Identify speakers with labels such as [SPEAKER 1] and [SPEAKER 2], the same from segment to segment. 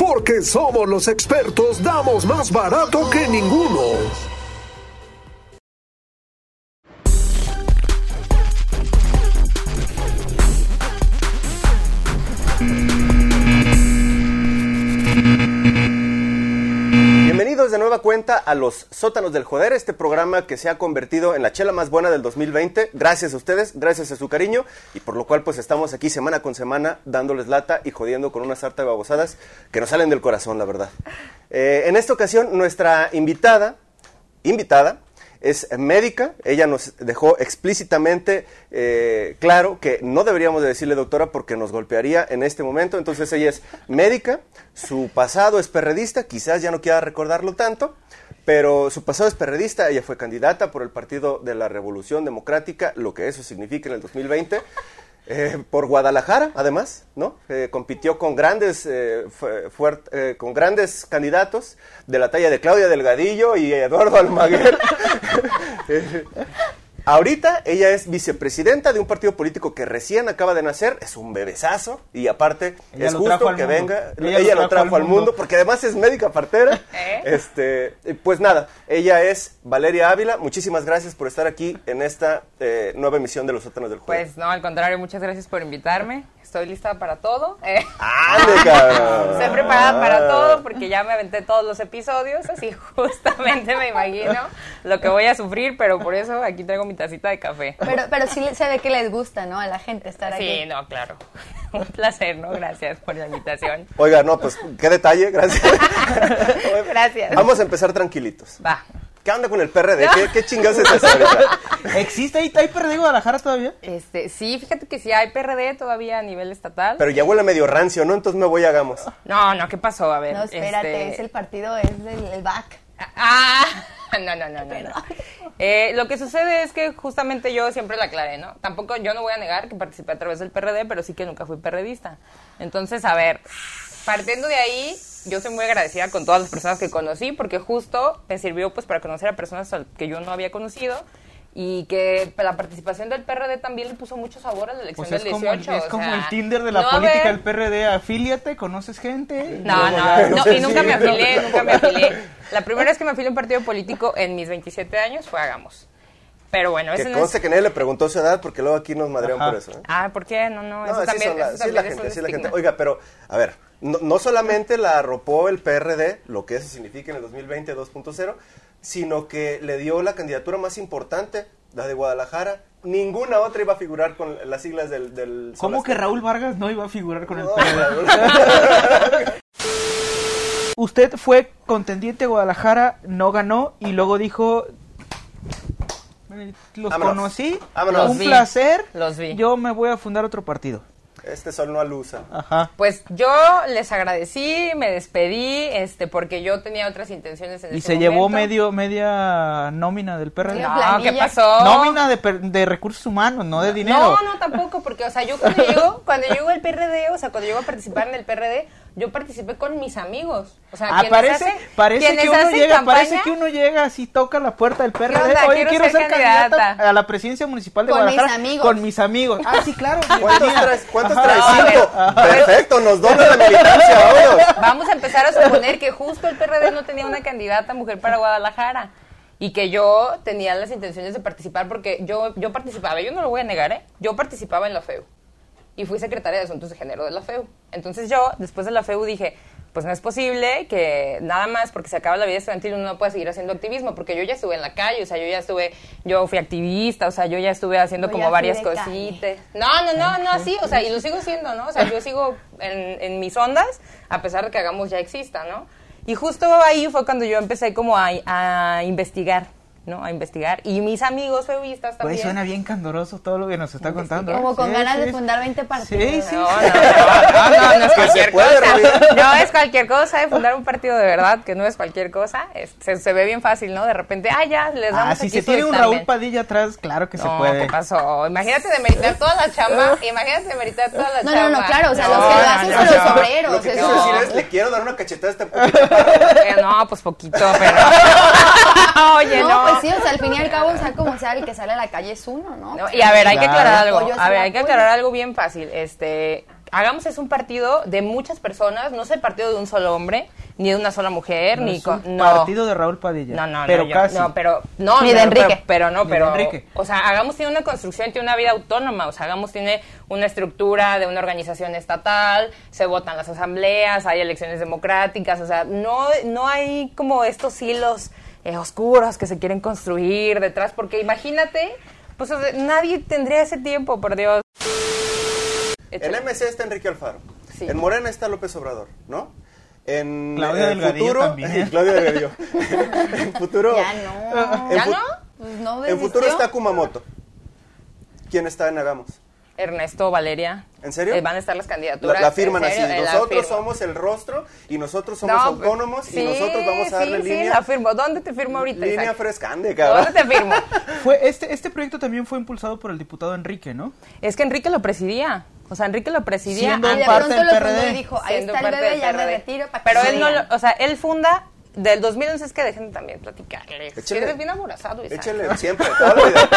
[SPEAKER 1] Porque somos los expertos, damos más barato que ninguno.
[SPEAKER 2] Bienvenidos de nueva cuenta a los sótanos del joder, este programa que se ha convertido en la chela más buena del 2020. Gracias a ustedes, gracias a su cariño y por lo cual pues estamos aquí semana con semana dándoles lata y jodiendo con una sarta de babosadas que nos salen del corazón, la verdad. Eh, en esta ocasión nuestra invitada, invitada, es médica. Ella nos dejó explícitamente eh, claro que no deberíamos de decirle doctora porque nos golpearía en este momento. Entonces ella es médica, su pasado es perredista, quizás ya no quiera recordarlo tanto, pero su pasado es perredista. Ella fue candidata por el Partido de la Revolución Democrática, lo que eso significa en el 2020. eh, por Guadalajara, además, ¿no? Eh, compitió con grandes, eh, fuert- eh, con grandes candidatos de la talla de Claudia Delgadillo y Eduardo Almaguer. Eh, Ahorita ella es vicepresidenta de un partido político que recién acaba de nacer, es un bebesazo y aparte
[SPEAKER 3] Ella
[SPEAKER 2] es
[SPEAKER 3] lo trajo
[SPEAKER 2] justo
[SPEAKER 3] al
[SPEAKER 2] que
[SPEAKER 3] mundo.
[SPEAKER 2] venga, ella, lo trajo al mundo, porque además es médica partera.
[SPEAKER 4] ¿Eh?
[SPEAKER 2] Este, eh, pues nada, ella es Valeria Ávila, muchísimas gracias por estar aquí en esta eh, nueva emisión de Los Sótanos del Juego.
[SPEAKER 4] Pues no, al contrario, muchas gracias por invitarme. Estoy lista para todo. Eh,
[SPEAKER 2] ¡Ande, cabrón!
[SPEAKER 4] Estoy preparada para todo porque ya me aventé todos los episodios, así justamente me imagino lo que voy a sufrir, pero por eso aquí traigo mi tacita de café.
[SPEAKER 5] Pero, pero sí se ve que les gusta, ¿no? A la gente estar
[SPEAKER 4] Sí,
[SPEAKER 5] aquí.
[SPEAKER 4] no, claro. Un placer, ¿no? Gracias por la invitación.
[SPEAKER 2] Oiga, no, pues qué detalle, gracias.
[SPEAKER 4] Gracias.
[SPEAKER 2] Vamos a empezar tranquilitos.
[SPEAKER 4] Va.
[SPEAKER 2] ¿Qué onda con el PRD? ¿Qué, qué chingados es eso ahorita?
[SPEAKER 3] ¿Existe ahí, ahí PRD Guadalajara todavía?
[SPEAKER 4] Este, sí, fíjate que sí hay PRD todavía a nivel estatal.
[SPEAKER 2] Pero ya huele medio rancio, ¿no? Entonces me voy a Hagamos.
[SPEAKER 4] no, no, ¿qué pasó? A ver.
[SPEAKER 5] No, espérate,
[SPEAKER 4] este-
[SPEAKER 5] es el partido, es del el back.
[SPEAKER 4] Ah, no, no, no, no. no. Eh, lo que sucede es que justamente yo siempre la aclaré, ¿no? Tampoco yo no voy a negar que participé a través del PRD, pero sí que nunca fui perredista. Entonces, a ver, partiendo de ahí, yo soy muy agradecida con todas las personas que conocí, porque justo me sirvió pues para conocer a personas al- que yo no había conocido. Y que la participación del PRD también le puso mucho sabor a la elección
[SPEAKER 3] Pues es
[SPEAKER 4] del
[SPEAKER 3] como, el,
[SPEAKER 4] 18.
[SPEAKER 3] es
[SPEAKER 4] o
[SPEAKER 3] como
[SPEAKER 4] sea,
[SPEAKER 3] el Tinder de la
[SPEAKER 4] no va a
[SPEAKER 3] política
[SPEAKER 4] haber-
[SPEAKER 3] del PRD. Afíliate, conoces gente. y
[SPEAKER 4] No,
[SPEAKER 3] luego ya
[SPEAKER 4] no, no, y
[SPEAKER 3] decides.
[SPEAKER 4] nunca me afilié, nunca me afilié. La primera vez que me afilié a un partido político en mis 27 años fue Hagamos. Pero bueno, ese
[SPEAKER 2] Que
[SPEAKER 4] no es...
[SPEAKER 2] conste que nadie le preguntó su edad porque luego aquí nos madrean
[SPEAKER 3] Ajá.
[SPEAKER 2] por eso. ¿eh?
[SPEAKER 4] Ah, ¿por qué? No, no, eso
[SPEAKER 2] sí
[SPEAKER 4] también,
[SPEAKER 2] son la-
[SPEAKER 4] eso
[SPEAKER 2] sí
[SPEAKER 4] también
[SPEAKER 2] la
[SPEAKER 4] es
[SPEAKER 2] gente,
[SPEAKER 4] un
[SPEAKER 2] sí la gente.
[SPEAKER 4] estigma.
[SPEAKER 2] Oiga, pero a ver, no, no solamente la arropó el PRD, lo que eso significa en el 2020 2.0, sino que le dio la candidatura más importante, la de Guadalajara. Ninguna otra iba a figurar con las siglas del... del
[SPEAKER 3] ¿Cómo que
[SPEAKER 2] Solastri.
[SPEAKER 3] Raúl Vargas no iba a figurar con el
[SPEAKER 2] No,
[SPEAKER 3] PRD?
[SPEAKER 2] Raúl.
[SPEAKER 3] Usted fue contendiente de Guadalajara, no ganó y luego dijo... eh, Los
[SPEAKER 2] Vámonos.
[SPEAKER 3] conocí,
[SPEAKER 2] Vámonos.
[SPEAKER 3] un
[SPEAKER 4] Los vi.
[SPEAKER 3] placer.
[SPEAKER 4] Los vi.
[SPEAKER 3] Yo me voy a fundar otro partido.
[SPEAKER 2] Este sol no alusa.
[SPEAKER 3] Ajá.
[SPEAKER 4] Pues yo les agradecí, me despedí, este, porque yo tenía otras intenciones en
[SPEAKER 3] Y
[SPEAKER 4] ese
[SPEAKER 3] se llevó
[SPEAKER 4] momento.
[SPEAKER 3] medio media nómina del PRD.
[SPEAKER 5] Media
[SPEAKER 4] No, ¿qué
[SPEAKER 5] planilla.
[SPEAKER 4] pasó?
[SPEAKER 3] Nómina de, per- de recursos humanos, no de dinero.
[SPEAKER 4] No, no, tampoco, porque, o sea, yo cuando llego, cuando llego al PRD, o sea, cuando llego a participar en el PRD, yo participé con mis amigos. O sea,
[SPEAKER 3] Ah,
[SPEAKER 4] quienes
[SPEAKER 3] parece,
[SPEAKER 4] hacen-
[SPEAKER 3] parece
[SPEAKER 4] quienes
[SPEAKER 3] que uno
[SPEAKER 4] hacen
[SPEAKER 3] llega,
[SPEAKER 4] campaña-
[SPEAKER 3] parece que uno llega así toca la puerta del PRD,
[SPEAKER 4] onda?
[SPEAKER 3] oye,
[SPEAKER 4] Quiero
[SPEAKER 3] quiero,
[SPEAKER 4] ser
[SPEAKER 3] ser,
[SPEAKER 4] candidata".
[SPEAKER 3] candidata a la presidencia municipal de
[SPEAKER 5] Con mis
[SPEAKER 3] Guadalajara
[SPEAKER 5] amigos.
[SPEAKER 3] con mis amigos. Ah, sí, claro.
[SPEAKER 2] ¿Cuántos
[SPEAKER 3] bienvenida.
[SPEAKER 2] traes? ¿Cuántos
[SPEAKER 3] Ajá. Ah,
[SPEAKER 2] traes?
[SPEAKER 4] No, a
[SPEAKER 2] Cinco.
[SPEAKER 4] ver.
[SPEAKER 2] Perfecto, nos dobla la militancia, vámonos.
[SPEAKER 4] Vamos a empezar a suponer que justo el PRD no tenía una candidata mujer para Guadalajara y que yo tenía las intenciones de participar porque yo, yo participaba, yo no lo voy a negar, ¿eh? yo participaba en la FEU y fui secretaria de Asuntos de Género de la FEU. Entonces yo, después de la FEU, dije, pues no es posible que nada más porque se acaba la vida estudiantil uno no pueda seguir haciendo activismo, porque yo ya estuve en la calle, o sea, yo ya estuve, yo fui activista, o sea, yo ya estuve haciendo
[SPEAKER 5] Yo
[SPEAKER 4] como
[SPEAKER 5] ya fui
[SPEAKER 4] varias
[SPEAKER 5] de
[SPEAKER 4] cositas. Este, No, no, no, no, así, o sea, y lo sigo siendo, ¿no? O sea, yo sigo en, en mis ondas, a pesar de que hagamos ya exista, ¿no? Y justo ahí fue cuando yo empecé como a, a investigar, ¿no? A investigar. Y mis amigos feministas
[SPEAKER 3] Güey,
[SPEAKER 4] también.
[SPEAKER 3] suena bien candoroso todo lo que nos está contando.
[SPEAKER 5] Como
[SPEAKER 3] ¿eh?
[SPEAKER 5] con
[SPEAKER 3] Sí,
[SPEAKER 5] ganas
[SPEAKER 3] sí.
[SPEAKER 5] de fundar 20 partidos.
[SPEAKER 3] Sí, sí.
[SPEAKER 4] No, no, no, no, no es cualquier
[SPEAKER 2] puede,
[SPEAKER 4] cosa. No es cualquier cosa. eh, Fundar un partido de verdad que no es cualquier cosa. es- se, se ve bien fácil, ¿no? De repente, ah, ya, les damos
[SPEAKER 3] Ah, si
[SPEAKER 4] aquí
[SPEAKER 3] se
[SPEAKER 4] su
[SPEAKER 3] tiene un
[SPEAKER 4] dictamen.
[SPEAKER 3] Raúl Padilla atrás, claro que se
[SPEAKER 4] No,
[SPEAKER 3] puede.
[SPEAKER 4] ¿qué pasó? Imagínate demeritar toda la chamba. Imagínate demeritar toda la
[SPEAKER 5] No,
[SPEAKER 4] chamba.
[SPEAKER 5] no, no, claro, o sea, los que lo
[SPEAKER 3] Ah,
[SPEAKER 5] hacen
[SPEAKER 4] no,
[SPEAKER 5] son
[SPEAKER 4] no,
[SPEAKER 5] los
[SPEAKER 4] no.
[SPEAKER 5] obreros.
[SPEAKER 2] Lo que
[SPEAKER 5] eso
[SPEAKER 2] quiero
[SPEAKER 5] no.
[SPEAKER 2] decir es, le quiero dar una cachetada a este poquito.
[SPEAKER 4] Eh, No, pues poquito, pero. Oye,
[SPEAKER 5] no,
[SPEAKER 4] no.
[SPEAKER 5] pues sí, o sea, al fin y al cabo, o sea, como sea, el que sale a la calle es uno, ¿no?
[SPEAKER 4] No, y a ver, hay que
[SPEAKER 3] Claro.
[SPEAKER 4] aclarar algo.
[SPEAKER 5] Apoyo es
[SPEAKER 4] A
[SPEAKER 5] un
[SPEAKER 4] ver, hay que
[SPEAKER 5] apoyo.
[SPEAKER 4] aclarar algo bien fácil. Este, hagamos es un partido de muchas personas, no es el partido de un solo hombre, ni de una sola mujer,
[SPEAKER 3] No
[SPEAKER 4] ni
[SPEAKER 3] es
[SPEAKER 4] con-
[SPEAKER 3] un
[SPEAKER 4] no.
[SPEAKER 3] partido de Raúl Padilla.
[SPEAKER 4] No, no,
[SPEAKER 3] pero
[SPEAKER 4] no, yo-
[SPEAKER 3] casi.
[SPEAKER 4] no, pero no,
[SPEAKER 5] Ni de
[SPEAKER 4] pero-
[SPEAKER 5] Enrique.
[SPEAKER 4] pero- pero no,
[SPEAKER 3] Ni de
[SPEAKER 4] pero
[SPEAKER 3] Enrique.
[SPEAKER 4] o sea, hagamos tiene una construcción, tiene una vida autónoma, o sea, hagamos tiene una estructura de una organización estatal, se votan las asambleas, hay elecciones democráticas, o sea, no no hay como estos hilos eh, oscuros que se quieren construir detrás, porque imagínate, pues o sea, nadie tendría ese tiempo, por Dios.
[SPEAKER 2] En MC está Enrique Alfaro.
[SPEAKER 4] Sí.
[SPEAKER 2] En Morena está López Obrador, ¿no? En
[SPEAKER 3] Claudia
[SPEAKER 2] en
[SPEAKER 3] Delgadillo
[SPEAKER 2] futuro,
[SPEAKER 3] también, ¿eh?
[SPEAKER 2] Claudia Delgadillo. en futuro,
[SPEAKER 5] Ya no.
[SPEAKER 2] En
[SPEAKER 4] ¿Ya
[SPEAKER 2] fu-
[SPEAKER 4] no?
[SPEAKER 5] Pues no
[SPEAKER 2] en futuro
[SPEAKER 5] desistió.
[SPEAKER 2] está Kumamoto. ¿Quién está en Hagamos?
[SPEAKER 4] Ernesto, Valeria.
[SPEAKER 2] ¿En serio?
[SPEAKER 4] Eh, van a estar las
[SPEAKER 2] La,
[SPEAKER 4] candidaturas.
[SPEAKER 2] la firman
[SPEAKER 4] ¿En serio?
[SPEAKER 2] así.
[SPEAKER 4] Eh, la
[SPEAKER 2] Nosotros
[SPEAKER 4] firmo.
[SPEAKER 2] somos el rostro y nosotros somos
[SPEAKER 4] No, pues,
[SPEAKER 2] autónomos
[SPEAKER 4] sí,
[SPEAKER 2] y nosotros vamos a darle
[SPEAKER 4] sí, Sí,
[SPEAKER 2] línea,
[SPEAKER 4] la firmo. ¿Dónde te firmo ahorita?
[SPEAKER 2] línea
[SPEAKER 4] Isaac?
[SPEAKER 2] frescande,
[SPEAKER 4] ¿Dónde
[SPEAKER 2] cabrón.
[SPEAKER 4] te firmo?
[SPEAKER 3] Fue, este, este proyecto también fue impulsado por el diputado Enrique, ¿no?
[SPEAKER 4] es que Enrique lo presidía. O sea, Enrique lo presidía.
[SPEAKER 3] Siendo
[SPEAKER 5] Y de
[SPEAKER 4] antes,
[SPEAKER 3] parte
[SPEAKER 5] pronto
[SPEAKER 3] del
[SPEAKER 5] lo fundó
[SPEAKER 3] PRD.
[SPEAKER 5] y dijo, ahí
[SPEAKER 4] siendo
[SPEAKER 5] está el
[SPEAKER 4] parte
[SPEAKER 5] bebé,
[SPEAKER 4] del
[SPEAKER 5] ya me
[SPEAKER 4] PRD.
[SPEAKER 5] retiro. para que
[SPEAKER 4] Pero
[SPEAKER 5] se
[SPEAKER 4] él no
[SPEAKER 5] vean".
[SPEAKER 4] lo- O sea, él funda del 2011. Es que dejen también platicarles.
[SPEAKER 2] Échale.
[SPEAKER 4] Eres bien aborazado, Isaac.
[SPEAKER 2] Échale siempre, toda la vida.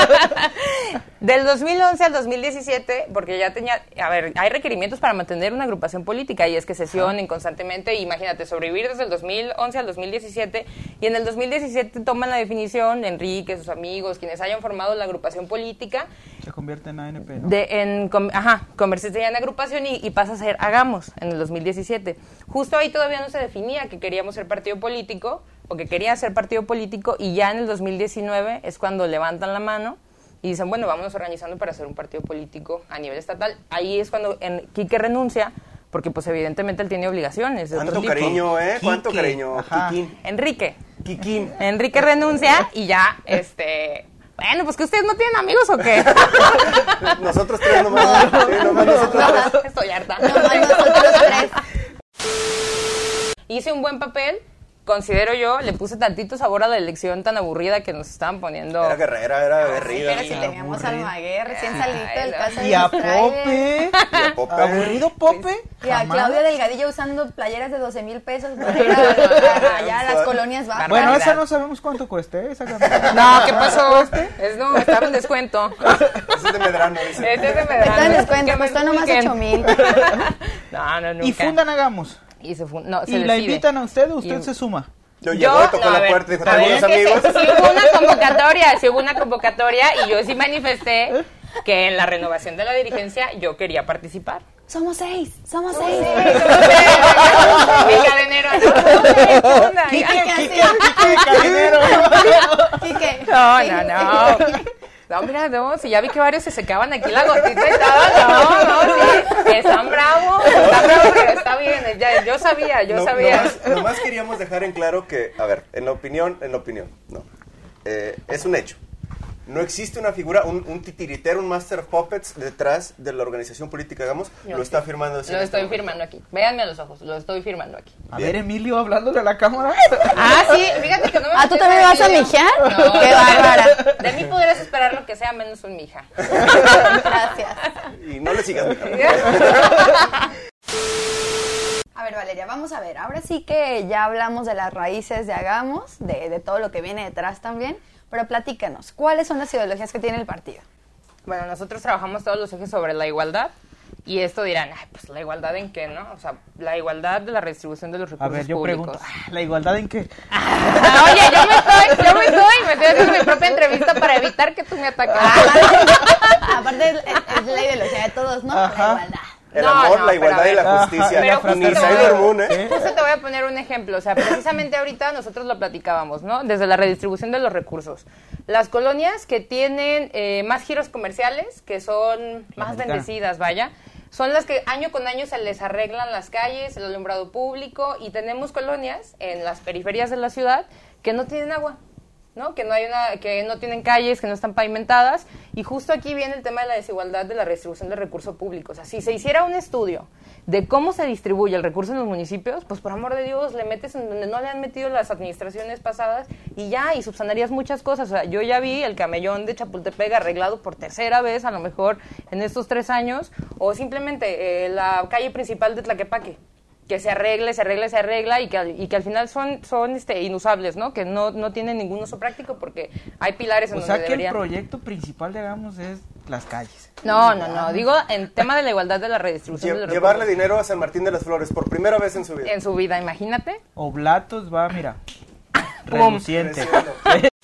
[SPEAKER 4] Del 2011 al 2017, porque ya tenía, a ver, hay requerimientos para mantener una agrupación política y es que sesionen constantemente, imagínate, sobrevivir desde el 2011 al 2017 y en el 2017 toman la definición, Enrique, sus amigos, quienes hayan formado la agrupación política,
[SPEAKER 3] Se convierte en ANP, ¿no?
[SPEAKER 4] de, en, com- ajá, convertirse ya en agrupación y, y pasa a ser Hagamos en el 2017. Justo ahí todavía no se definía que queríamos ser partido político o que quería ser partido político y ya en el 2019 es cuando levantan la mano y dicen, bueno, vámonos organizando para ser un partido político a nivel estatal. Ahí es cuando en, Quique renuncia porque pues evidentemente él tiene obligaciones de otro
[SPEAKER 2] Cuánto
[SPEAKER 4] tipo.
[SPEAKER 2] cariño, ¿eh? Cuánto
[SPEAKER 3] Quique,
[SPEAKER 2] cariño.
[SPEAKER 3] ajá.
[SPEAKER 2] Kikín.
[SPEAKER 4] Enrique.
[SPEAKER 2] Kikín.
[SPEAKER 4] Enrique renuncia y ya, este... Bueno, pues que ustedes no tienen amigos o qué.
[SPEAKER 2] Nosotros tres nomás. sí, nomás nosotros tres.
[SPEAKER 4] Estoy harta.
[SPEAKER 5] Nomás nosotros tres.
[SPEAKER 4] Hice un buen papel, considero yo, le puse tantito sabor a la elección tan aburrida que nos estaban poniendo.
[SPEAKER 2] Era guerrera, era
[SPEAKER 4] Ah,
[SPEAKER 5] Sí,
[SPEAKER 2] aguerrida.
[SPEAKER 5] pero si teníamos a
[SPEAKER 3] aburrido.
[SPEAKER 5] Almaguer recién salido del caso de
[SPEAKER 3] Y a
[SPEAKER 5] los trailers.
[SPEAKER 3] Pope.
[SPEAKER 2] Y a Pope.
[SPEAKER 3] Aburrido Pope.
[SPEAKER 5] Y a
[SPEAKER 3] jamás.
[SPEAKER 5] Claudia Delgadillo usando playeras de 12 mil pesos para ir a, a- allá a las colonias bajas.
[SPEAKER 3] Bueno,
[SPEAKER 4] barbaridad.
[SPEAKER 3] esa no sabemos cuánto cueste, ¿eh? esa camisa.
[SPEAKER 4] No, ¿qué pasó? Eh, Es, no, estaba en descuento.
[SPEAKER 2] Ese es de Medrano, dice.
[SPEAKER 4] Este es de Medrano.
[SPEAKER 5] pues, Está en descuento,
[SPEAKER 4] Que me
[SPEAKER 5] costó nomás
[SPEAKER 4] expliquen.
[SPEAKER 5] 8 mil.
[SPEAKER 4] No, no, nunca.
[SPEAKER 3] Y fundan Hagamos.
[SPEAKER 4] Y, se fun- no, se
[SPEAKER 3] Y la
[SPEAKER 4] decide.
[SPEAKER 3] invitan a usted, usted
[SPEAKER 4] Y-
[SPEAKER 3] se suma.
[SPEAKER 2] Yo llegó y tocó
[SPEAKER 4] no, a
[SPEAKER 2] la
[SPEAKER 4] ver,
[SPEAKER 2] puerta y dijo,
[SPEAKER 4] a
[SPEAKER 2] tengo
[SPEAKER 4] ver,
[SPEAKER 2] unos
[SPEAKER 4] es que
[SPEAKER 2] amigos.
[SPEAKER 4] sí, sí hubo una convocatoria, sí hubo una convocatoria y yo sí manifesté que en la renovación de la dirigencia yo quería participar.
[SPEAKER 5] Somos seis, somos seis.
[SPEAKER 4] Mi cadenero. ¿no? No,
[SPEAKER 3] Quique,
[SPEAKER 4] no,
[SPEAKER 5] así.
[SPEAKER 3] Quique, Quique, cadenero.
[SPEAKER 5] Quique.
[SPEAKER 4] No,
[SPEAKER 5] Sí,
[SPEAKER 4] no,
[SPEAKER 5] sí.
[SPEAKER 4] no. No, mira, no, si ya vi que varios se secaban aquí la gotita y todo, no, no, sí, están bravos, están bravos, pero está bien, ya, yo sabía, yo
[SPEAKER 2] No-
[SPEAKER 4] sabía.
[SPEAKER 2] Nomás, nomás queríamos dejar en claro que, a ver, en la opinión, en la opinión, no. Eh, es un hecho. No existe una figura, un, un titiritero, un master of puppets detrás de la organización política, digamos.
[SPEAKER 4] No,
[SPEAKER 2] lo está
[SPEAKER 4] sí.
[SPEAKER 2] firmando. así.
[SPEAKER 4] Lo estoy firmando aquí, véanme a los ojos, lo estoy firmando aquí.
[SPEAKER 3] A ver, Emilio, hablándole a la cámara.
[SPEAKER 4] Ah, sí, fíjate que no me
[SPEAKER 5] Ah, ¿tú
[SPEAKER 4] metí
[SPEAKER 5] también
[SPEAKER 4] en
[SPEAKER 5] vas a
[SPEAKER 4] medio.
[SPEAKER 5] mijear?
[SPEAKER 4] No,
[SPEAKER 5] Qué
[SPEAKER 4] no,
[SPEAKER 5] bárbara.
[SPEAKER 4] De mí podrás esperar lo que sea menos un mija.
[SPEAKER 5] Gracias.
[SPEAKER 2] Y no le sigas. mi cabrón.
[SPEAKER 5] A ver, Valeria, vamos a ver. Ahora sí que ya hablamos de las raíces de Hagamos, de, de todo lo que viene detrás también. Pero platícanos, ¿cuáles son las ideologías que tiene el partido?
[SPEAKER 4] Bueno, nosotros trabajamos todos los ejes sobre la igualdad y esto dirán, "Ay, pues la igualdad en qué, ¿no? O sea, la igualdad de la redistribución de los
[SPEAKER 3] A
[SPEAKER 4] recursos
[SPEAKER 3] ver, yo
[SPEAKER 4] públicos.
[SPEAKER 3] pregunto, ah, ¿la igualdad en qué?
[SPEAKER 4] Ah, oye, yo me estoy, yo me estoy, me estoy haciendo mi propia entrevista para evitar que tú me ataques.
[SPEAKER 2] Ah,
[SPEAKER 5] Ah, Aparte, es, es- es la ideología de todos, ¿no?
[SPEAKER 3] Ajá.
[SPEAKER 5] La igualdad.
[SPEAKER 2] El
[SPEAKER 4] No,
[SPEAKER 2] amor,
[SPEAKER 4] no,
[SPEAKER 2] la
[SPEAKER 4] pero a
[SPEAKER 2] igualdad y
[SPEAKER 4] ver.
[SPEAKER 2] la
[SPEAKER 3] Ajá,
[SPEAKER 2] justicia.
[SPEAKER 3] y la
[SPEAKER 4] Pero
[SPEAKER 2] Ni
[SPEAKER 4] justo te
[SPEAKER 2] Sailor
[SPEAKER 4] voy a-
[SPEAKER 2] Moon, ¿eh?
[SPEAKER 3] Sí.
[SPEAKER 4] Justo te voy a poner un ejemplo. O sea, precisamente ahorita nosotros lo platicábamos, ¿no? Desde la redistribución de los recursos. Las colonias que tienen eh, más giros comerciales, que son más
[SPEAKER 3] Americana.
[SPEAKER 4] bendecidas, vaya, son las que año con año se les arreglan las calles, el alumbrado público, y tenemos colonias en las periferias de la ciudad que no tienen agua. ¿no? que no hay una que no tienen calles que no están pavimentadas y justo aquí viene el tema de la desigualdad de la redistribución del recurso público o sea si se hiciera un estudio de cómo se distribuye el recurso en los municipios pues por amor de dios le metes en donde no le han metido las administraciones pasadas y ya y subsanarías muchas cosas o sea yo ya vi el camellón de Chapultepec arreglado por tercera vez a lo mejor en estos tres años o simplemente eh, la calle principal de Tlaquepaque que se arregle, se arregle, se arregla y que, al- y que al final son, son este, inusables, ¿no? Que no, no tienen ningún uso práctico porque hay pilares en
[SPEAKER 3] O
[SPEAKER 4] donde
[SPEAKER 3] sea que el
[SPEAKER 4] deberían...
[SPEAKER 3] proyecto principal de Hagamos es las calles.
[SPEAKER 4] No, no, no. Digo, en tema de la igualdad de la redistribución de
[SPEAKER 2] Lle-
[SPEAKER 4] los
[SPEAKER 2] Llevarle
[SPEAKER 4] recursos
[SPEAKER 2] dinero a San Martín de las Flores por primera vez en su vida.
[SPEAKER 4] en su vida, imagínate.
[SPEAKER 3] Oblatos va, mira,
[SPEAKER 4] Pum.
[SPEAKER 3] reluciente.
[SPEAKER 2] Creciendo.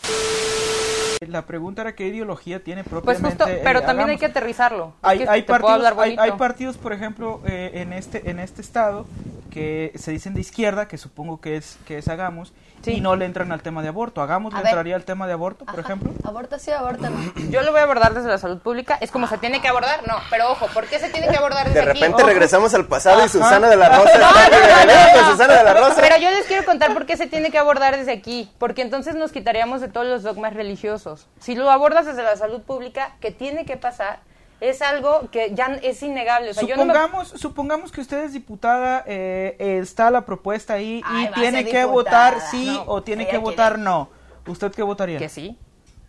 [SPEAKER 3] La pregunta era qué ideología tiene
[SPEAKER 4] Pues
[SPEAKER 3] propiamente.
[SPEAKER 4] justo, pero
[SPEAKER 3] eh,
[SPEAKER 4] también hay
[SPEAKER 3] Hagamos.
[SPEAKER 4] que aterrizarlo. Es
[SPEAKER 3] hay,
[SPEAKER 4] que
[SPEAKER 3] hay
[SPEAKER 4] te puedo
[SPEAKER 3] partidos,
[SPEAKER 4] hablar
[SPEAKER 3] hay,
[SPEAKER 4] bonito.
[SPEAKER 3] hay partidos, por ejemplo, eh, en este en este estado que se dicen de izquierda, que supongo que es que es hagamos,
[SPEAKER 4] Sí.
[SPEAKER 3] y no le entran al tema de aborto. Hagamos
[SPEAKER 5] A
[SPEAKER 3] le
[SPEAKER 5] ver.
[SPEAKER 3] entraría al tema de aborto, por ejemplo.
[SPEAKER 5] Aborto sí, aborto no.
[SPEAKER 4] Yo lo voy a abordar desde la salud pública. Es como se tiene que abordar, no. Pero ojo, ¿por qué se tiene que abordar desde
[SPEAKER 2] De repente
[SPEAKER 4] aquí?
[SPEAKER 2] regresamos al pasado y
[SPEAKER 3] Ajá.
[SPEAKER 2] Susana de la Rosa.
[SPEAKER 4] No, no, no,
[SPEAKER 2] Regresamos
[SPEAKER 4] no,
[SPEAKER 2] con
[SPEAKER 4] no.
[SPEAKER 2] Susana de la Rosa.
[SPEAKER 4] Pero yo les quiero contar por qué se tiene que abordar desde aquí, porque entonces nos quitaríamos de todos los dogmas religiosos. Si lo abordas desde la salud pública, que tiene que pasar, es algo que ya es innegable. O sea, yo no me-
[SPEAKER 3] supongamos, supongamos que usted es diputada, eh, eh, está la propuesta ahí
[SPEAKER 5] Ay, va
[SPEAKER 3] y
[SPEAKER 5] a
[SPEAKER 3] tiene
[SPEAKER 5] ser
[SPEAKER 3] que
[SPEAKER 5] diputada,
[SPEAKER 3] votar sí
[SPEAKER 5] no,
[SPEAKER 3] o tiene
[SPEAKER 5] ella
[SPEAKER 3] que
[SPEAKER 5] quiere.
[SPEAKER 3] votar no. ¿Usted qué votaría?
[SPEAKER 4] que sí.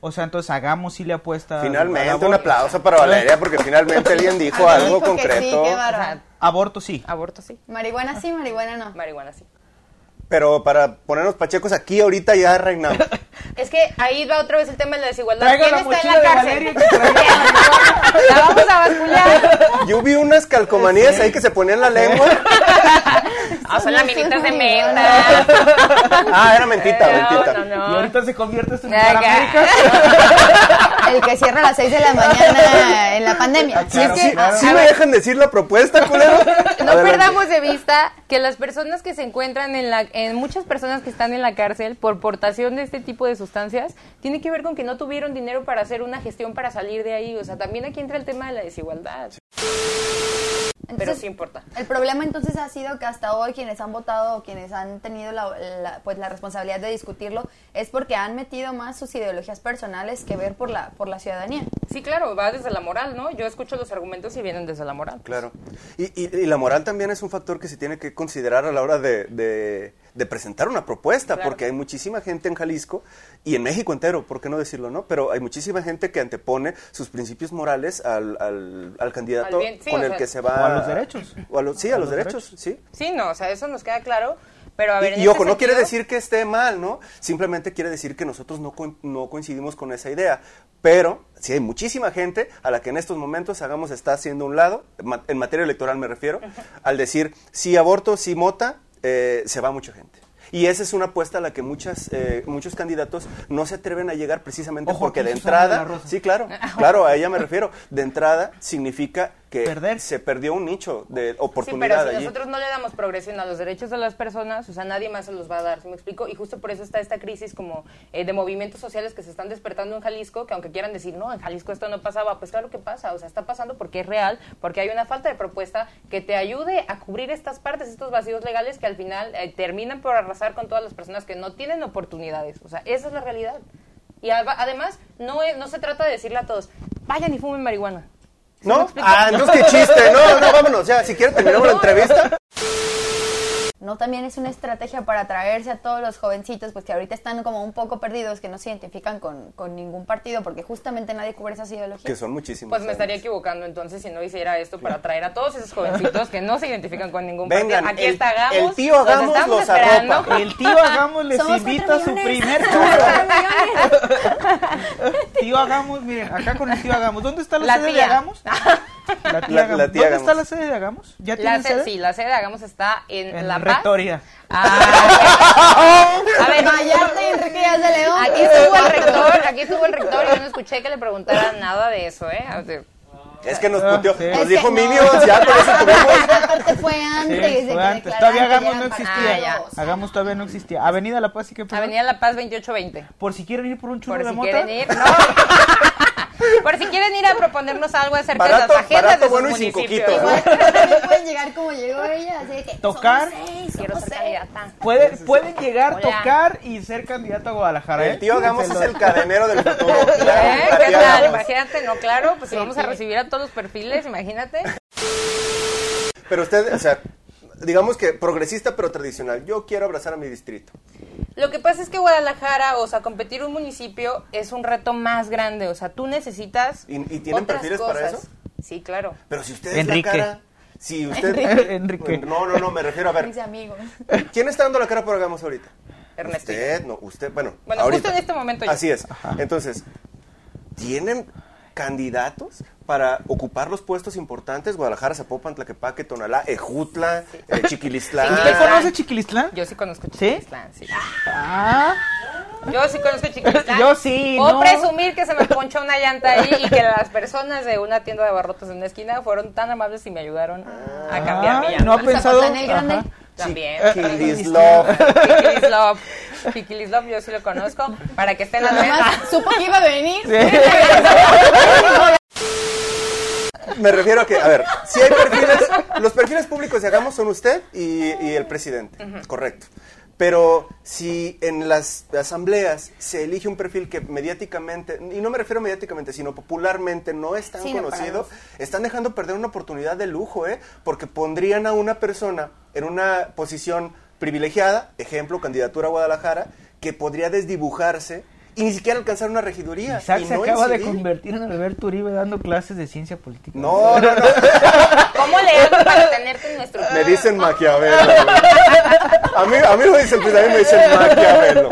[SPEAKER 3] O sea, entonces hagamos si le apuesta. al- al
[SPEAKER 2] Finalmente,
[SPEAKER 3] aborto.
[SPEAKER 2] un aplauso para Valeria porque finalmente alguien dijo
[SPEAKER 5] Alguien
[SPEAKER 2] algo
[SPEAKER 5] Ah, dijo que sí,
[SPEAKER 2] concreto.
[SPEAKER 5] qué
[SPEAKER 4] O
[SPEAKER 5] bárbaro.
[SPEAKER 4] sea,
[SPEAKER 3] Aborto sí.
[SPEAKER 4] aborto sí,
[SPEAKER 5] Marihuana sí, marihuana no.
[SPEAKER 4] marihuana sí.
[SPEAKER 2] Pero para ponernos pachecos aquí ahorita ya reinamos.
[SPEAKER 4] Es que ahí va otra vez el tema de la desigualdad.
[SPEAKER 3] Traiga
[SPEAKER 4] ¿Quién
[SPEAKER 3] la
[SPEAKER 4] está
[SPEAKER 3] mochila
[SPEAKER 4] en
[SPEAKER 3] de
[SPEAKER 4] la cárcel?
[SPEAKER 3] Valeria que
[SPEAKER 4] la vamos a bascular.
[SPEAKER 2] Yo vi unas calcomanías ahí que se ponían la lengua.
[SPEAKER 4] Ah, son laminitas de menta.
[SPEAKER 2] Ah, era mentita,
[SPEAKER 4] Eh,
[SPEAKER 2] mentita.
[SPEAKER 4] no, no,
[SPEAKER 3] Y
[SPEAKER 4] no.
[SPEAKER 3] ahorita se convierte esto en
[SPEAKER 4] Acá.
[SPEAKER 3] América.
[SPEAKER 5] El que cierra a las 6 de la mañana en la pandemia.
[SPEAKER 2] Sí,
[SPEAKER 3] Claro,
[SPEAKER 2] sí,
[SPEAKER 3] claro.
[SPEAKER 2] sí me dejan decir la propuesta, culero.
[SPEAKER 4] No
[SPEAKER 2] Adelante.
[SPEAKER 4] perdamos de vista que las personas que se encuentran en la, en muchas personas que están en la cárcel por portación de este tipo de sustancias, tiene que ver con que no tuvieron dinero para hacer una gestión para salir de ahí. O sea, también aquí entra el tema de la desigualdad. Pero
[SPEAKER 5] Entonces,
[SPEAKER 4] sí importa.
[SPEAKER 5] El problema entonces ha sido que hasta hoy quienes han votado o quienes han tenido la, la- pues la responsabilidad de discutirlo es porque han metido más sus ideologías personales que ver por la por la ciudadanía.
[SPEAKER 4] Sí, claro, va desde la moral, ¿no? Yo escucho los argumentos y vienen desde la moral.
[SPEAKER 2] Claro. Y, y- y la moral también es un factor que se tiene que considerar a la hora de, de- de presentar una propuesta,
[SPEAKER 4] Claro.
[SPEAKER 2] porque hay muchísima gente en Jalisco y en México entero, ¿por qué no decirlo, no? Pero hay muchísima gente que antepone sus principios morales al, al- al candidato
[SPEAKER 4] Al bien, sí,
[SPEAKER 2] con
[SPEAKER 4] o
[SPEAKER 2] el
[SPEAKER 4] sea.
[SPEAKER 2] que se va.
[SPEAKER 3] O a los derechos.
[SPEAKER 2] o a los- sí, a, los, derechos, sí.
[SPEAKER 4] Sí, no, o sea, eso nos queda claro. Pero a ver,
[SPEAKER 2] Y-
[SPEAKER 4] en
[SPEAKER 2] y,
[SPEAKER 4] este
[SPEAKER 2] ojo, no quiere
[SPEAKER 4] sentido-
[SPEAKER 2] decir que esté mal, ¿no? Simplemente quiere decir que nosotros no, coin- no coincidimos con esa idea. Pero sí hay muchísima gente a la que en estos momentos hagamos está haciendo un lado, ma- en materia electoral me refiero, al decir si aborto, si mota, eh, se va mucha gente. Y esa es una apuesta a la que muchas, eh, muchos candidatos no se atreven a llegar precisamente
[SPEAKER 3] Ojo
[SPEAKER 2] porque
[SPEAKER 3] aquí,
[SPEAKER 2] de
[SPEAKER 3] Susana de la
[SPEAKER 2] entrada,
[SPEAKER 3] Rosa.
[SPEAKER 2] sí, claro, claro, a ella me refiero, de entrada significa que
[SPEAKER 3] Perder.
[SPEAKER 2] se perdió un nicho de
[SPEAKER 4] Sí, pero
[SPEAKER 2] oportunidad
[SPEAKER 4] si
[SPEAKER 2] allí.
[SPEAKER 4] nosotros no le damos progresión a los derechos de las personas, o sea, nadie más se los va a dar, ¿sí me explico? Y justo por eso está esta crisis como eh, de movimientos sociales que se están despertando en Jalisco, que aunque quieran decir, no, en Jalisco esto no pasaba, pues claro que pasa, o sea, está pasando porque es real, porque hay una falta de propuesta que te ayude a cubrir estas partes, estos vacíos legales que al final eh, terminan por arrasar con todas las personas que no tienen oportunidades, o sea, esa es la realidad. Y ad- además, no, es- no se trata de decirle a todos, vayan y fumen marihuana. ¿Sí me
[SPEAKER 2] ¿No?
[SPEAKER 4] explico?
[SPEAKER 2] Ah, entonces qué chiste. No, no, vámonos. Ya, si quieres terminamos la entrevista.
[SPEAKER 5] No también es una estrategia para atraerse a todos los jovencitos pues que ahorita están como un poco perdidos, que no se identifican con, con ningún partido porque justamente nadie cubre esas
[SPEAKER 2] Que
[SPEAKER 5] ideologías.
[SPEAKER 2] son muchísimos.
[SPEAKER 4] Pues me estaría
[SPEAKER 2] además.
[SPEAKER 4] equivocando entonces si no hiciera esto para atraer a todos esos jovencitos que no se identifican con ningún
[SPEAKER 2] Vengan,
[SPEAKER 4] partido. Aquí
[SPEAKER 2] el-
[SPEAKER 4] está Hagamos.
[SPEAKER 2] el tío Hagamos
[SPEAKER 4] estamos
[SPEAKER 2] los
[SPEAKER 4] esperando.
[SPEAKER 2] arropa.
[SPEAKER 3] El tío Hagamos les
[SPEAKER 5] Somos
[SPEAKER 3] invita a
[SPEAKER 5] cuatro
[SPEAKER 3] su
[SPEAKER 5] millones.
[SPEAKER 3] primer tour. Tío Hagamos, miren, acá con el tío Hagamos. ¿Dónde está la,
[SPEAKER 4] La
[SPEAKER 3] sede de
[SPEAKER 4] tía.
[SPEAKER 3] Hagamos? La tía
[SPEAKER 2] La-
[SPEAKER 3] Hagamos.
[SPEAKER 2] la tía
[SPEAKER 3] ¿Dónde
[SPEAKER 2] Hagamos.
[SPEAKER 3] está la sede de Hagamos? ¿Ya
[SPEAKER 4] La
[SPEAKER 3] tienen
[SPEAKER 4] sede,
[SPEAKER 3] sede?
[SPEAKER 4] sí, la sede de Hagamos está en,
[SPEAKER 3] En
[SPEAKER 4] La Paz.
[SPEAKER 3] Rectoría.
[SPEAKER 4] Ah, ok. a ver,
[SPEAKER 5] Vallarta y Enrique Díaz de León.
[SPEAKER 4] aquí estuvo el rector, aquí estuvo el rector y yo no escuché que le preguntara nada de eso, ¿eh? O sea,
[SPEAKER 2] Es que nos
[SPEAKER 3] Ah,
[SPEAKER 2] puteó.
[SPEAKER 3] sí.
[SPEAKER 2] Nos
[SPEAKER 5] Es
[SPEAKER 2] dijo
[SPEAKER 5] que-
[SPEAKER 2] Minions, ya por eso tuvimos.
[SPEAKER 5] Aparte fue antes.
[SPEAKER 3] Sí, fue
[SPEAKER 5] de que
[SPEAKER 3] antes.
[SPEAKER 5] declararan
[SPEAKER 3] Todavía
[SPEAKER 5] que ya
[SPEAKER 3] Hagamos no
[SPEAKER 5] eran
[SPEAKER 3] existía.
[SPEAKER 5] partidos.
[SPEAKER 3] Hagamos todavía no existía. Avenida La Paz y que
[SPEAKER 4] Avenida La Paz 2820.
[SPEAKER 3] Por si quieren ir por un churro
[SPEAKER 4] Por
[SPEAKER 3] de
[SPEAKER 4] si
[SPEAKER 3] mota.
[SPEAKER 4] quieren ir, no. Por si quieren ir a proponernos algo acerca
[SPEAKER 2] Barato-
[SPEAKER 4] de las agendas
[SPEAKER 2] barato,
[SPEAKER 4] de sus
[SPEAKER 2] bueno y sin
[SPEAKER 4] municipios.
[SPEAKER 2] coquito, ¿no?
[SPEAKER 5] Igual también pueden llegar como llegó ella, así de que
[SPEAKER 3] Tocar.
[SPEAKER 5] somos seis,
[SPEAKER 4] Quiero
[SPEAKER 5] somos
[SPEAKER 4] ser
[SPEAKER 5] seis.
[SPEAKER 4] candidata.
[SPEAKER 3] Pueden, pueden llegar,
[SPEAKER 4] Hola.
[SPEAKER 3] tocar y ser candidato a Guadalajara. ¿eh?
[SPEAKER 2] El tío Hagamos es
[SPEAKER 3] Se
[SPEAKER 2] el
[SPEAKER 3] lo-
[SPEAKER 2] cadenero del futuro.
[SPEAKER 4] ¿Eh?
[SPEAKER 2] La
[SPEAKER 4] ¿Qué
[SPEAKER 2] tía
[SPEAKER 4] tal?
[SPEAKER 2] Hagamos.
[SPEAKER 4] Imagínate, no, claro, pues si vamos a recibir a todos los perfiles, imagínate.
[SPEAKER 2] Pero usted, o sea, digamos que progresista pero tradicional. Yo quiero abrazar a mi distrito.
[SPEAKER 4] Lo que pasa es que Guadalajara, o sea, competir un municipio es un reto más grande, o sea, tú necesitas
[SPEAKER 2] ¿Y- y tienen
[SPEAKER 4] otras
[SPEAKER 2] perfiles para
[SPEAKER 4] cosas.
[SPEAKER 2] eso?
[SPEAKER 4] Sí, claro.
[SPEAKER 2] Pero si usted
[SPEAKER 3] Enrique.
[SPEAKER 2] es la cara... Si usted...
[SPEAKER 3] Enrique. Enrique.
[SPEAKER 2] No, no, no, me refiero a ver.
[SPEAKER 5] Mis amigos.
[SPEAKER 2] ¿Quién está dando la cara por Hagamos ahorita?
[SPEAKER 4] Ernesto.
[SPEAKER 2] Usted, no, usted, bueno.
[SPEAKER 4] Bueno,
[SPEAKER 2] ahorita.
[SPEAKER 4] justo en este momento yo.
[SPEAKER 2] Así es. Entonces, tienen candidatos para ocupar los puestos importantes, Guadalajara, Zapopan, Tlaquepaque, Tonalá, Ejutla, eh, Chiquilistlán.
[SPEAKER 4] Sí,
[SPEAKER 3] ¿Usted
[SPEAKER 4] Ah.
[SPEAKER 3] conoce Chiquilistlán?
[SPEAKER 4] Yo sí conozco
[SPEAKER 3] ¿Sí?
[SPEAKER 4] Chiquitlán, sí.
[SPEAKER 3] Ah,
[SPEAKER 4] Yo sí conozco Chiquitlán.
[SPEAKER 3] Yo sí,
[SPEAKER 4] Puedo
[SPEAKER 3] no.
[SPEAKER 4] presumir que se me ponchó una llanta ahí y que las personas de una tienda de barrotes en una esquina fueron tan amables y me ayudaron a cambiar mi
[SPEAKER 3] ah,
[SPEAKER 4] llanta.
[SPEAKER 3] no ha pensado.
[SPEAKER 5] Zapotlán el Grande.
[SPEAKER 3] Ajá.
[SPEAKER 4] También.
[SPEAKER 2] Chiquilislao.
[SPEAKER 4] Chiquilislop. Chiquilislop, yo sí lo conozco. Para que estén
[SPEAKER 5] Nada
[SPEAKER 4] atentas.
[SPEAKER 5] más supo que iba a venir.
[SPEAKER 2] Me refiero a que, a ver, si hay perfiles, los perfiles públicos, digamos, son usted y, y el presidente, correcto. Pero si en las asambleas se elige un perfil que mediáticamente, y no me refiero mediáticamente, sino popularmente no es tan
[SPEAKER 5] Sí, no, para
[SPEAKER 2] conocido, están dejando perder una oportunidad de lujo, ¿eh? Porque pondrían a una persona en una posición privilegiada, ejemplo, candidatura a Guadalajara, que podría desdibujarse y ni siquiera alcanzar una regiduría.
[SPEAKER 3] Isaac
[SPEAKER 2] y
[SPEAKER 3] se
[SPEAKER 2] no
[SPEAKER 3] acaba de
[SPEAKER 2] incidir.
[SPEAKER 3] convertir en Alberto Uribe dando clases de ciencia política.
[SPEAKER 2] No, no, no.
[SPEAKER 4] ¿Cómo le hago para tenerte en nuestro
[SPEAKER 2] Me dicen Maquiavelo. güey. A mí, a mí lo dicen, pues a mí me dicen Maquiavelo.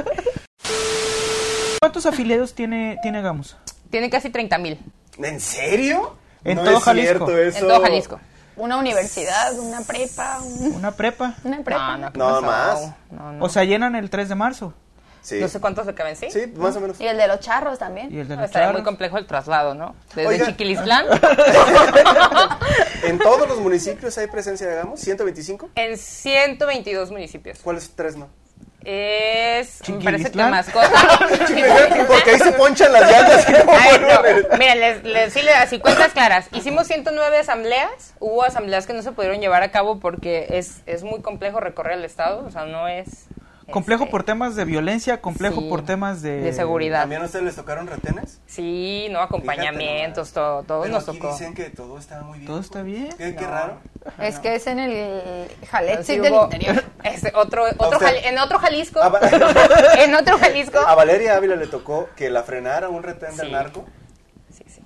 [SPEAKER 3] ¿Cuántos afiliados tiene, tiene Gamusa?
[SPEAKER 4] Tiene casi 30 mil
[SPEAKER 2] ¿En serio?
[SPEAKER 3] En
[SPEAKER 2] no
[SPEAKER 3] todo
[SPEAKER 2] es
[SPEAKER 3] Jalisco.
[SPEAKER 2] cierto eso.
[SPEAKER 4] en todo Jalisco.
[SPEAKER 5] Una universidad, una prepa, un-
[SPEAKER 3] Una prepa.
[SPEAKER 5] una prepa.
[SPEAKER 4] ¿qué
[SPEAKER 2] No,
[SPEAKER 4] pasó?
[SPEAKER 2] más.
[SPEAKER 4] No, no.
[SPEAKER 3] O sea, llenan el 3 de marzo.
[SPEAKER 2] Sí.
[SPEAKER 4] no sé cuántos le caben, ¿sí?
[SPEAKER 2] Sí, más o menos.
[SPEAKER 5] Y el de los charros también.
[SPEAKER 3] Y el de
[SPEAKER 4] No,
[SPEAKER 3] los
[SPEAKER 4] Estaría muy
[SPEAKER 3] charros.
[SPEAKER 4] complejo el traslado, ¿no? Desde
[SPEAKER 2] Oiga.
[SPEAKER 4] Chiquilistlán.
[SPEAKER 2] ¿En todos los municipios hay presencia de Gamos? ¿125?
[SPEAKER 4] En 122 municipios.
[SPEAKER 2] ¿Cuáles tres no?
[SPEAKER 4] Es. Me parece que
[SPEAKER 3] Chiquilistlán.
[SPEAKER 4] mascota.
[SPEAKER 2] Porque ahí se ponchan las llantas. y no
[SPEAKER 4] Ay,
[SPEAKER 2] vuelven.
[SPEAKER 4] no. Miren, les, les, sí, les- así cuentas claras. Hicimos 109 asambleas. Hubo asambleas que no se pudieron llevar a cabo porque es, es muy complejo recorrer el Estado. O sea, no es.
[SPEAKER 3] Complejo
[SPEAKER 4] este,
[SPEAKER 3] por temas de violencia, complejo
[SPEAKER 4] sí,
[SPEAKER 3] por temas de...
[SPEAKER 4] de seguridad.
[SPEAKER 2] ¿También a ustedes les tocaron retenes?
[SPEAKER 4] Sí, no, acompañamientos,
[SPEAKER 2] Fíjate
[SPEAKER 4] todo, todo
[SPEAKER 2] Pero
[SPEAKER 4] nos
[SPEAKER 2] aquí
[SPEAKER 4] tocó.
[SPEAKER 2] dicen que todo está muy bien.
[SPEAKER 3] Todo está bien.
[SPEAKER 2] Qué, qué raro.
[SPEAKER 5] Es que es en el
[SPEAKER 4] Pero sí
[SPEAKER 5] Jalexic del
[SPEAKER 4] hubo-
[SPEAKER 5] interior.
[SPEAKER 4] este, otro, otro
[SPEAKER 2] usted.
[SPEAKER 4] Jali- en otro Jalisco.
[SPEAKER 2] Ah, va- Ah,
[SPEAKER 4] en otro Jalisco.
[SPEAKER 2] A Valeria Ávila le tocó que la frenara un retén del
[SPEAKER 4] Sí.
[SPEAKER 2] narco.
[SPEAKER 4] Sí, sí.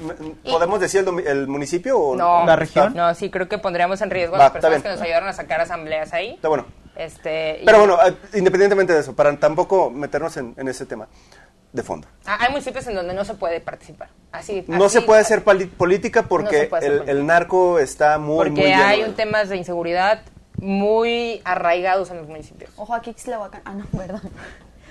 [SPEAKER 2] Eh, ¿Podemos decir el, domi- el municipio o
[SPEAKER 4] No.
[SPEAKER 3] ¿La región?
[SPEAKER 4] No, sí, creo que pondríamos en riesgo a
[SPEAKER 2] Va,
[SPEAKER 4] las
[SPEAKER 2] está
[SPEAKER 4] personas que
[SPEAKER 2] bien.
[SPEAKER 4] nos ayudaron a sacar asambleas ahí.
[SPEAKER 2] Está bueno.
[SPEAKER 4] Este, y-
[SPEAKER 2] Pero bueno, eh, independientemente de eso, para tampoco meternos en, en ese tema de fondo.
[SPEAKER 4] Ah, Hay municipios en donde no se puede participar. Así.
[SPEAKER 2] No
[SPEAKER 4] así-
[SPEAKER 2] se puede hacer pali- política porque
[SPEAKER 4] se puede hacer
[SPEAKER 2] el,
[SPEAKER 4] política.
[SPEAKER 2] el narco está muy, muy
[SPEAKER 4] Porque
[SPEAKER 2] lleno
[SPEAKER 4] hay
[SPEAKER 2] de-
[SPEAKER 4] un temas de inseguridad muy arraigados en los municipios.
[SPEAKER 5] Ojo aquí, Ixlahuacán. Ah, no, perdón.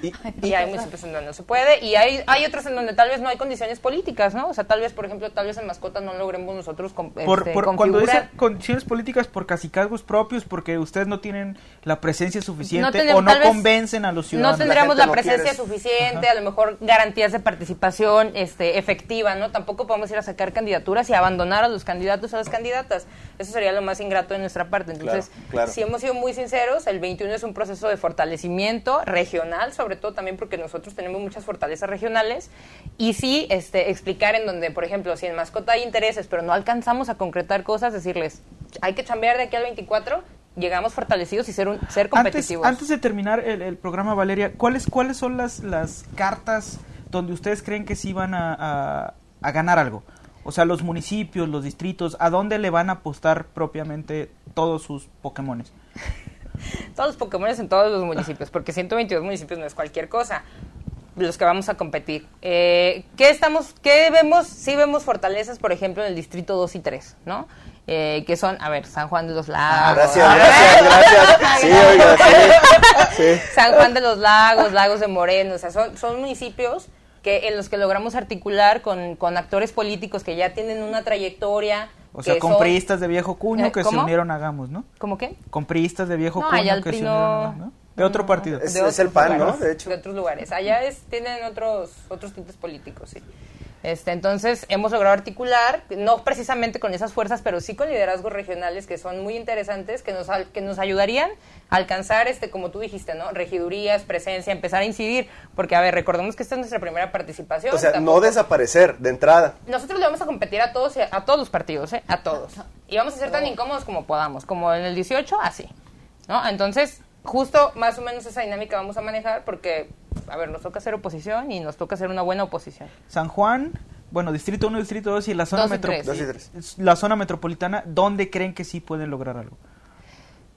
[SPEAKER 2] Y-
[SPEAKER 4] Y hay municipios en donde no se puede, y hay, hay otros en donde tal vez no hay condiciones políticas, ¿no? O sea, tal vez, por ejemplo, tal vez en mascotas no logremos nosotros con,
[SPEAKER 3] Por,
[SPEAKER 4] este,
[SPEAKER 3] por- cuando
[SPEAKER 4] configurar.
[SPEAKER 3] dicen condiciones políticas por casicazgos propios, porque ustedes no tienen la presencia suficiente
[SPEAKER 4] tenemos-
[SPEAKER 3] o no
[SPEAKER 4] tal vez
[SPEAKER 3] convencen a los ciudadanos.
[SPEAKER 4] No tendríamos
[SPEAKER 2] gente
[SPEAKER 4] la,
[SPEAKER 2] no
[SPEAKER 4] presencia
[SPEAKER 2] quiere.
[SPEAKER 4] suficiente, a lo mejor garantías de participación este, efectiva, ¿no? Tampoco podemos ir a sacar candidaturas y abandonar a los candidatos, a las candidatas. Eso sería lo más ingrato de nuestra parte. Entonces,
[SPEAKER 2] Claro, claro.
[SPEAKER 4] si hemos sido muy sinceros, el 21 es un proceso de fortalecimiento regional, sobre todo también porque nosotros tenemos muchas fortalezas regionales. Y sí, este, explicar en donde, por ejemplo, si en mascota hay intereses, pero no alcanzamos a concretar cosas, decirles, hay que chambear de aquí al 24, llegamos fortalecidos y ser, un, ser
[SPEAKER 3] antes,
[SPEAKER 4] competitivos.
[SPEAKER 3] antes de terminar el, el programa, Valeria, ¿cuáles, cuáles son las, las cartas donde ustedes creen que sí van a, a- a ganar algo? O sea, los municipios, los distritos, ¿a dónde le van a apostar propiamente todos sus Pokémones?
[SPEAKER 4] Todos los Pokémon en todos los municipios, porque 122 municipios no es cualquier cosa. Los que vamos a competir. Eh, ¿Qué estamos, qué vemos? Sí vemos fortalezas, por ejemplo, en el distrito 2 y 3, ¿no? Eh, que son, a ver, San Juan de los
[SPEAKER 2] Ah,
[SPEAKER 4] Lagos.
[SPEAKER 2] gracias,
[SPEAKER 4] Ah,
[SPEAKER 2] gracias, gracias. Sí, oiga, sí. sí.
[SPEAKER 4] San Juan de los Lagos, Lagos de Moreno, o sea, son, son municipios que en los que logramos articular con, con actores políticos que ya tienen una trayectoria.
[SPEAKER 3] O sea,
[SPEAKER 4] que son-
[SPEAKER 3] compriistas de viejo cuño
[SPEAKER 4] Eh,
[SPEAKER 3] que se
[SPEAKER 4] ¿cómo?
[SPEAKER 3] unieron a Gamos, ¿no?
[SPEAKER 4] ¿Cómo qué?
[SPEAKER 3] Compriistas de viejo
[SPEAKER 4] No,
[SPEAKER 3] cuño
[SPEAKER 4] allá el
[SPEAKER 3] que se
[SPEAKER 4] PRI
[SPEAKER 3] unieron a
[SPEAKER 4] no-
[SPEAKER 3] Gamos, ¿no? De otro partido.
[SPEAKER 2] Es-
[SPEAKER 4] de otros
[SPEAKER 2] el PAN, ¿no?
[SPEAKER 4] lugares,
[SPEAKER 2] De hecho.
[SPEAKER 4] otros lugares. Allá es- tienen otros, otros tintes políticos, sí. Este, entonces, hemos logrado articular, no precisamente con esas fuerzas, pero sí con liderazgos regionales que son muy interesantes, que nos, al- que nos ayudarían a alcanzar, este, como tú dijiste, ¿no? Regidurías, presencia, empezar a incidir. Porque, a ver, recordemos que esta es nuestra primera participación.
[SPEAKER 2] O sea, no
[SPEAKER 4] tampoco-
[SPEAKER 2] desaparecer de entrada.
[SPEAKER 4] nosotros le vamos a competir a todos, y a a todos los partidos, ¿eh? A todos. Y vamos a ser
[SPEAKER 2] Oh.
[SPEAKER 4] tan incómodos como podamos, como en el 18, así, ¿no? Entonces, justo más o menos esa dinámica vamos a manejar porque, a ver, nos toca hacer oposición y nos toca hacer una buena oposición.
[SPEAKER 3] San Juan, bueno, Distrito 1, Distrito 2 y la zona,
[SPEAKER 4] Dos y
[SPEAKER 3] metro-
[SPEAKER 4] tres.
[SPEAKER 2] Dos y tres.
[SPEAKER 3] la zona metropolitana, ¿dónde creen que sí pueden lograr algo?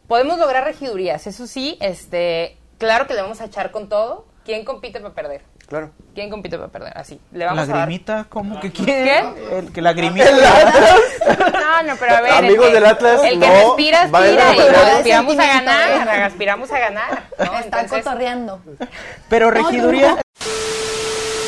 [SPEAKER 4] Podemos lograr regidurías, eso sí, este, claro que le vamos a echar con todo. ¿Quién compite para perder?
[SPEAKER 2] Claro.
[SPEAKER 4] ¿Quién compite para perder? Así. Le vamos
[SPEAKER 3] ¿Lagrimita? ¿Cómo que quién?
[SPEAKER 4] ¿Qué?
[SPEAKER 3] El que lagrimita.
[SPEAKER 4] a dar. No, no, pero a ver. el
[SPEAKER 2] Amigos
[SPEAKER 4] que-
[SPEAKER 2] del Atlas,
[SPEAKER 4] El que
[SPEAKER 2] no
[SPEAKER 4] respira,
[SPEAKER 2] vayan
[SPEAKER 4] aspira.
[SPEAKER 2] a
[SPEAKER 4] Y
[SPEAKER 2] perder.
[SPEAKER 4] nos aspiramos a
[SPEAKER 5] Sentimiento,
[SPEAKER 4] ganar.
[SPEAKER 5] ¿eh?
[SPEAKER 4] nos aspiramos a ganar. ¿no?
[SPEAKER 5] Está
[SPEAKER 4] Entonces,
[SPEAKER 5] cotorreando.
[SPEAKER 3] Pero regiduría.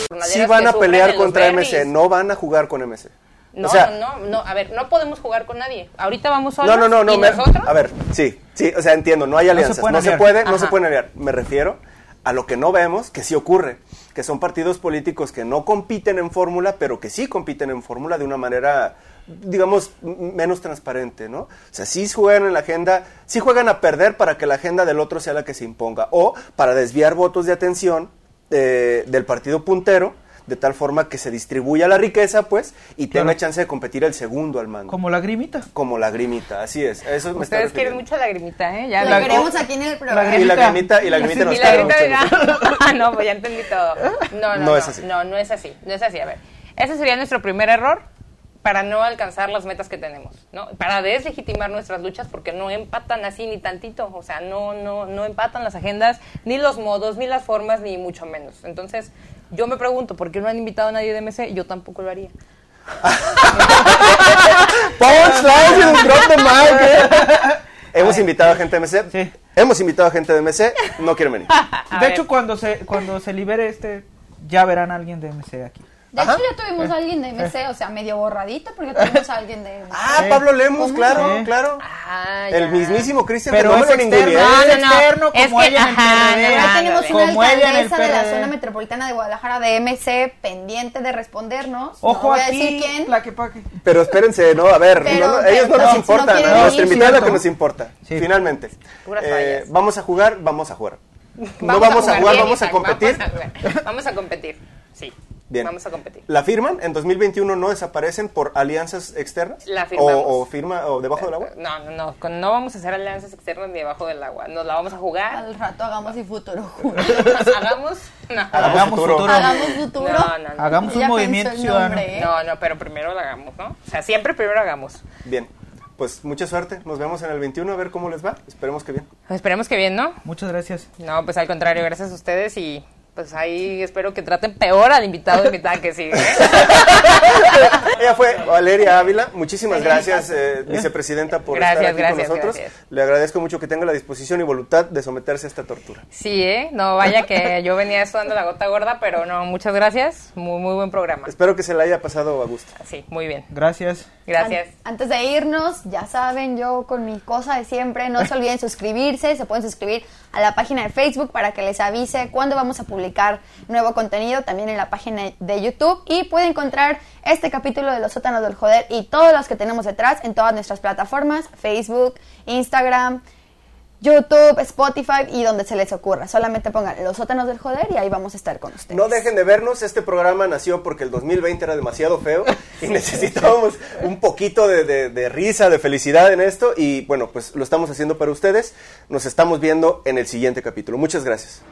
[SPEAKER 4] jornaleras
[SPEAKER 2] Sí
[SPEAKER 4] que
[SPEAKER 2] van a
[SPEAKER 4] sufren en
[SPEAKER 2] pelear
[SPEAKER 4] los
[SPEAKER 2] contra
[SPEAKER 4] berries.
[SPEAKER 2] MC, no van a jugar con MC.
[SPEAKER 4] No,
[SPEAKER 2] o sea,
[SPEAKER 4] no, no, no, a ver, no podemos jugar con nadie. Ahorita vamos solos.
[SPEAKER 2] No, no, no, no.
[SPEAKER 4] ¿Y
[SPEAKER 2] me-
[SPEAKER 4] nosotros?
[SPEAKER 2] A ver, sí, sí, o sea, entiendo, no hay alianzas.
[SPEAKER 3] pueden
[SPEAKER 2] No se,
[SPEAKER 3] aliar.
[SPEAKER 2] puede, no
[SPEAKER 4] Ajá.
[SPEAKER 2] se pueden aliar. Me refiero a lo que no vemos, que sí ocurre, que son partidos políticos que no compiten en fórmula, pero que sí compiten en fórmula de una manera, digamos, m- menos transparente, ¿no? O sea, sí juegan en la agenda, sí juegan a perder para que la agenda del otro sea la que se imponga, o para desviar votos de atención eh, del partido puntero, de tal forma que se distribuya la riqueza, pues, y tenga
[SPEAKER 3] Claro.
[SPEAKER 2] chance de competir el segundo al mando
[SPEAKER 3] Como lagrimita.
[SPEAKER 2] como lagrimita, así es. a Eso me está
[SPEAKER 4] Ustedes quieren
[SPEAKER 2] refiriendo.
[SPEAKER 4] mucho a lagrimita, ¿eh? Ya
[SPEAKER 5] Lo
[SPEAKER 4] la-
[SPEAKER 5] queremos aquí en el programa.
[SPEAKER 2] Y
[SPEAKER 3] Lagrimita.
[SPEAKER 2] lagrimita, y lagrimita nos
[SPEAKER 4] Y
[SPEAKER 2] quiere
[SPEAKER 4] lagrimita
[SPEAKER 2] mucho.
[SPEAKER 4] de- Ah, no, pues ya entendí todo. No, no, no,
[SPEAKER 2] No es así.
[SPEAKER 4] No, no es así. No es así. A ver, ese sería nuestro primer error para no alcanzar las metas que tenemos, ¿no? Para deslegitimar nuestras luchas porque no empatan así ni tantito, o sea, no no no empatan las agendas, ni los modos, ni las formas, ni mucho menos. Entonces, yo me pregunto, ¿por qué no han invitado a nadie de MC? Yo tampoco lo haría.
[SPEAKER 2] Punchlines y un drop the mic, eh. Hemos invitado a gente de MC.
[SPEAKER 3] Sí.
[SPEAKER 2] Hemos invitado a gente de MC. No quieren venir. Ah,
[SPEAKER 4] A
[SPEAKER 3] de
[SPEAKER 4] ver.
[SPEAKER 3] hecho, cuando se, cuando se libere este, ya verán a alguien de MC aquí.
[SPEAKER 5] De hecho, ya tuvimos a alguien de MC, o sea, medio borradito, porque tuvimos a alguien de MC.
[SPEAKER 2] Ah, Pablo Lemos, claro,
[SPEAKER 3] Sí.
[SPEAKER 2] claro.
[SPEAKER 4] Ah, ya. Ah.
[SPEAKER 2] El mismísimo Cristian
[SPEAKER 3] Pero
[SPEAKER 2] Fenómeno
[SPEAKER 3] es externo,
[SPEAKER 2] ninguneé.
[SPEAKER 4] No,
[SPEAKER 3] es
[SPEAKER 4] no, no.
[SPEAKER 3] externo
[SPEAKER 4] Es
[SPEAKER 3] como
[SPEAKER 4] que,
[SPEAKER 3] ella en el
[SPEAKER 4] ajá,
[SPEAKER 3] PRD.
[SPEAKER 4] no,
[SPEAKER 5] Ahora
[SPEAKER 4] Ah,
[SPEAKER 5] tenemos
[SPEAKER 4] ándale.
[SPEAKER 5] una
[SPEAKER 3] como ella en el
[SPEAKER 5] alcaldesa de la
[SPEAKER 3] PRD.
[SPEAKER 5] zona metropolitana de Guadalajara de MC pendiente de respondernos.
[SPEAKER 3] Ojo
[SPEAKER 5] no voy a
[SPEAKER 3] aquí,
[SPEAKER 5] decir quién.
[SPEAKER 3] la que pague.
[SPEAKER 2] Pero espérense, ¿no? A ver,
[SPEAKER 5] Pero-
[SPEAKER 2] no, no,
[SPEAKER 5] pero
[SPEAKER 2] ellos no nos
[SPEAKER 5] entonces no
[SPEAKER 2] importan.
[SPEAKER 5] quieren
[SPEAKER 2] a
[SPEAKER 5] ir.
[SPEAKER 2] nuestra invitada es lo que
[SPEAKER 3] Cierto.
[SPEAKER 2] nos importa.
[SPEAKER 3] Sí.
[SPEAKER 2] Finalmente.
[SPEAKER 4] Puras
[SPEAKER 2] Eh,
[SPEAKER 4] fallas.
[SPEAKER 2] vamos a jugar, vamos a jugar. no
[SPEAKER 4] Vamos
[SPEAKER 2] vamos a jugar,
[SPEAKER 4] bien,
[SPEAKER 2] vamos a
[SPEAKER 4] Isaac,
[SPEAKER 2] competir.
[SPEAKER 4] Vamos a, vamos a competir. Sí.
[SPEAKER 2] Bien.
[SPEAKER 4] Vamos a competir.
[SPEAKER 2] ¿La firman? ¿En 2021 no desaparecen por alianzas externas?
[SPEAKER 4] La firmamos. Eh,
[SPEAKER 2] ¿O, o firma o debajo del agua?
[SPEAKER 4] No, no, no. con- No vamos a hacer alianzas externas ni debajo del agua. Nos la vamos a jugar.
[SPEAKER 5] Al rato hagamos y futuro. juro.
[SPEAKER 4] Hagamos. No.
[SPEAKER 2] Hagamos futuro.
[SPEAKER 5] hagamos futuro.
[SPEAKER 4] No, no, no.
[SPEAKER 3] Hagamos un
[SPEAKER 5] Ya
[SPEAKER 3] movimiento
[SPEAKER 5] pensó el nombre,
[SPEAKER 3] ciudadano.
[SPEAKER 5] ¿eh?
[SPEAKER 4] No, no, pero primero la hagamos, ¿no? O sea, siempre primero hagamos.
[SPEAKER 2] Bien. Pues mucha suerte. Nos vemos en el 21 a ver cómo les va. Esperemos que bien.
[SPEAKER 4] Esperemos que bien, ¿no?
[SPEAKER 3] Muchas gracias.
[SPEAKER 4] No, pues al contrario, gracias a ustedes y pues ahí espero que traten peor al invitado o invitada que sigue. ¿eh? Ah,
[SPEAKER 2] Ella fue Valeria Ávila. Muchísimas
[SPEAKER 5] Sí,
[SPEAKER 2] gracias, eh, vicepresidenta, por
[SPEAKER 4] Gracias,
[SPEAKER 2] estar aquí
[SPEAKER 4] gracias,
[SPEAKER 2] con nosotros.
[SPEAKER 4] gracias.
[SPEAKER 2] Le agradezco mucho que tenga la disposición y voluntad de someterse a esta tortura.
[SPEAKER 4] Sí, ¿eh? No, vaya que yo venía sudando la gota gorda, pero no, muchas gracias. Muy, muy buen programa.
[SPEAKER 2] Espero que se la haya pasado a gusto.
[SPEAKER 4] Sí, muy bien.
[SPEAKER 3] Gracias.
[SPEAKER 4] Gracias.
[SPEAKER 5] An- antes de irnos, ya saben, yo con mi cosa de siempre, no se olviden suscribirse, se pueden suscribir a la página de Facebook para que les avise cuándo vamos a publicar nuevo contenido, también en la página de YouTube y pueden encontrar este capítulo de Los sótanos del joder y todos los que tenemos detrás en todas nuestras plataformas, Facebook, Instagram, YouTube, Spotify y donde se les ocurra. Solamente pongan Los sótanos del joder y ahí vamos a estar con ustedes.
[SPEAKER 2] No dejen de vernos, este programa nació porque el 2020 era demasiado feo y necesitábamos un poquito de, de- de risa, de felicidad en esto y bueno, pues lo estamos haciendo para ustedes. Nos estamos viendo en el siguiente capítulo. Muchas gracias.